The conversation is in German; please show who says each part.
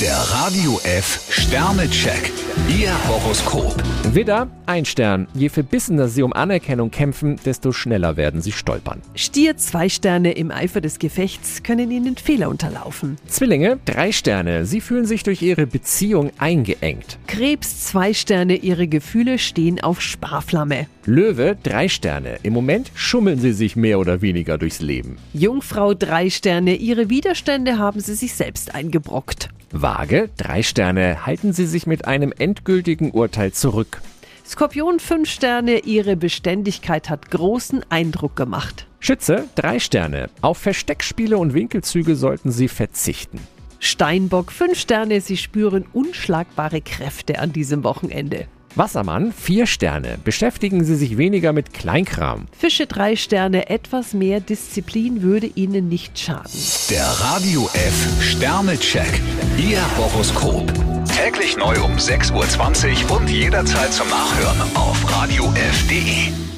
Speaker 1: Der Radio F Sternecheck. Ihr Horoskop.
Speaker 2: Widder, ein Stern. Je verbissener Sie um Anerkennung kämpfen, desto schneller werden Sie stolpern.
Speaker 3: Stier, zwei Sterne im Eifer des Gefechts können Ihnen Fehler unterlaufen.
Speaker 2: Zwillinge, drei Sterne. Sie fühlen sich durch Ihre Beziehung eingeengt.
Speaker 3: Krebs, zwei Sterne, Ihre Gefühle stehen auf Sparflamme.
Speaker 2: Löwe, drei Sterne. Im Moment schummeln Sie sich mehr oder weniger durchs Leben.
Speaker 3: Jungfrau, drei Sterne, Ihre Widerstände haben Sie sich selbst eingebrockt.
Speaker 2: Waage, drei Sterne. Halten Sie sich mit einem endgültigen Urteil zurück.
Speaker 3: Skorpion, fünf Sterne, Ihre Beständigkeit hat großen Eindruck gemacht.
Speaker 2: Schütze, drei Sterne. Auf Versteckspiele und Winkelzüge sollten Sie verzichten.
Speaker 3: Steinbock, fünf Sterne, Sie spüren unschlagbare Kräfte an diesem Wochenende.
Speaker 2: Wassermann, vier Sterne. Beschäftigen Sie sich weniger mit Kleinkram.
Speaker 3: Fische, drei Sterne, etwas mehr Disziplin würde Ihnen nicht schaden.
Speaker 1: Der Radio F Sternecheck. Ihr Horoskop. Täglich neu um 6.20 Uhr und jederzeit zum Nachhören auf Radio radiof.de.